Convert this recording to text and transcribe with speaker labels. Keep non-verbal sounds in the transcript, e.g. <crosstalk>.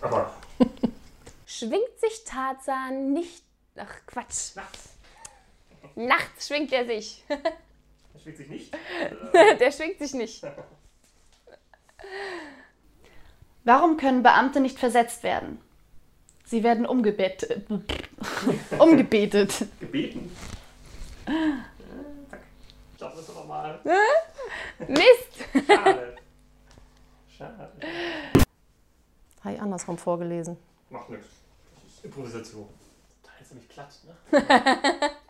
Speaker 1: Aber
Speaker 2: Schwingt sich Tarzan nicht. Ach Quatsch. Nachts schwingt er sich. <laughs>
Speaker 1: das schlägt sich nicht.
Speaker 2: Der schwingt sich nicht.
Speaker 3: Warum können Beamte nicht versetzt werden? Sie werden umgebet <laughs> umgebetet.
Speaker 1: Gebeten. Äh, Zack. Ich glaube, das ist aber mal.
Speaker 2: Mist!
Speaker 1: Schade. Schade.
Speaker 4: Habe ich andersrum vorgelesen.
Speaker 1: Macht nichts. Das ist Improvisation. Total ziemlich platt, ne?